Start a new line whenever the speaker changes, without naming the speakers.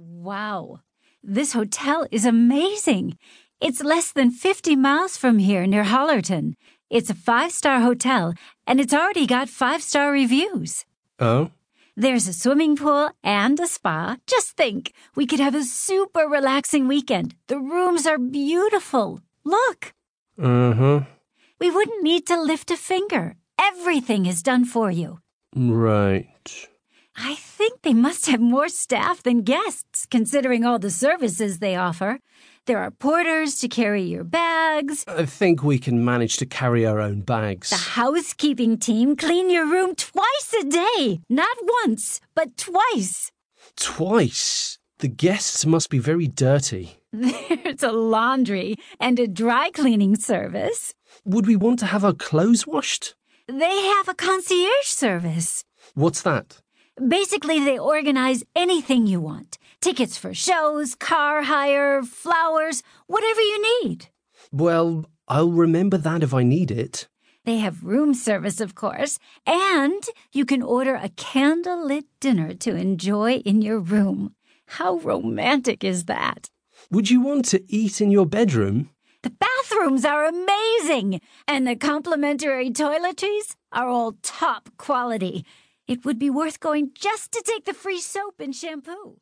Wow. This hotel is amazing. It's less than 50 miles from here near Hollerton. It's a five star hotel and it's already got five star reviews.
Oh?
There's a swimming pool and a spa. Just think, we could have a super relaxing weekend. The rooms are beautiful. Look,
Uh huh.
we wouldn't need to lift a finger. Everything is done for you.
Right.
I think they must have more staff than guests, considering all the services they offer. There are porters to carry your bags.
I think we can manage to carry our own
The
bags.
housekeeping team clean your room twice a day. Not once, but twice.
Twice! The guests must be very dirty.
There's a laundry and a dry cleaning service.
Would we want to have our clothes washed?
They have a concierge service.
What's that?
Basically, they organize anything you want tickets for shows, car hire, flowers, whatever you need.
Well, I'll remember that if I need it.
They have room service, of course, and you can order a candlelit dinner to enjoy in your room. How romantic is that?
Would you want to eat in your bedroom?
The bathrooms are amazing, and the complimentary toiletries are all top quality. It would be worth going just to take the free soap and shampoo.